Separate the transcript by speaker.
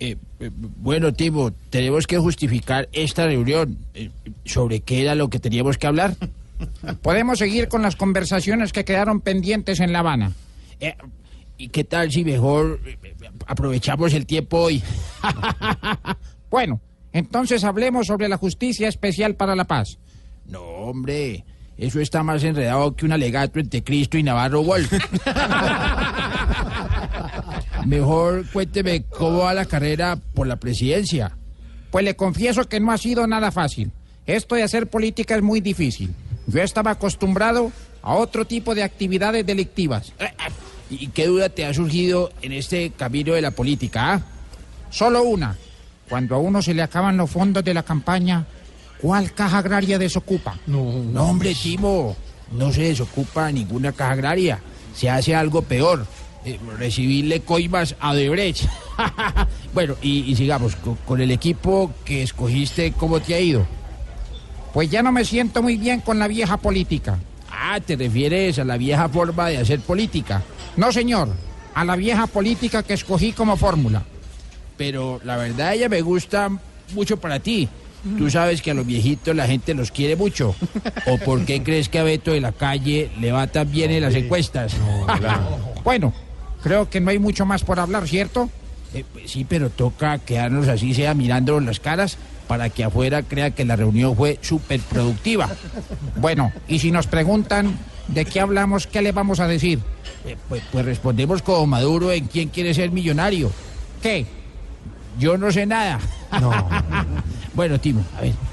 Speaker 1: eh, eh, bueno, Timo, tenemos que justificar esta reunión. Eh, ¿Sobre qué era lo que teníamos que hablar?
Speaker 2: Podemos seguir con las conversaciones que quedaron pendientes en La Habana.
Speaker 1: Eh, ¿Y qué tal si mejor eh, eh, aprovechamos el tiempo hoy?
Speaker 2: Bueno, entonces hablemos sobre la justicia especial para la paz.
Speaker 1: No, hombre, eso está más enredado que un alegato entre Cristo y Navarro Wolf. mejor cuénteme cómo va la carrera por la presidencia.
Speaker 2: Pues le confieso que no ha sido nada fácil. Esto de hacer política es muy difícil. Yo estaba acostumbrado a otro tipo de actividades delictivas.
Speaker 1: Eh, eh, ¿Y qué duda te ha surgido en este camino de la política? ah?
Speaker 2: Solo una. Cuando a uno se le acaban los fondos de la campaña, ¿cuál caja agraria desocupa?
Speaker 1: No, hombre, Timo, no se desocupa ninguna caja agraria. Se hace algo peor. eh, recibirle coimas a Debrecht. bueno, y, y sigamos, co- con, el equipo que escogiste, ¿cómo te ha ido?
Speaker 2: Pues ya no me siento muy bien con la vieja política.
Speaker 1: Ah, te refieres a la vieja forma de hacer política.
Speaker 2: No, señor, a la vieja política que escogí como fórmula.
Speaker 1: Pero la verdad ella me gusta mucho para ti. Tú sabes que a los viejitos la gente los quiere mucho. ¿O por qué crees que a Beto de la calle le va tan bien en las encuestas?
Speaker 2: Bueno, creo que no hay mucho más por hablar, ¿cierto?
Speaker 1: Eh, pues sí, pero toca quedarnos así, sea mirándonos las caras, para que afuera crea que la reunión fue súper productiva.
Speaker 2: Bueno, y si nos preguntan de qué hablamos, ¿qué le vamos a decir?
Speaker 1: Eh, pues, pues respondemos como Maduro en quién quiere ser millonario.
Speaker 2: ¿Qué?
Speaker 1: Yo no sé nada.
Speaker 3: No.
Speaker 1: Bueno, Timo, a ver,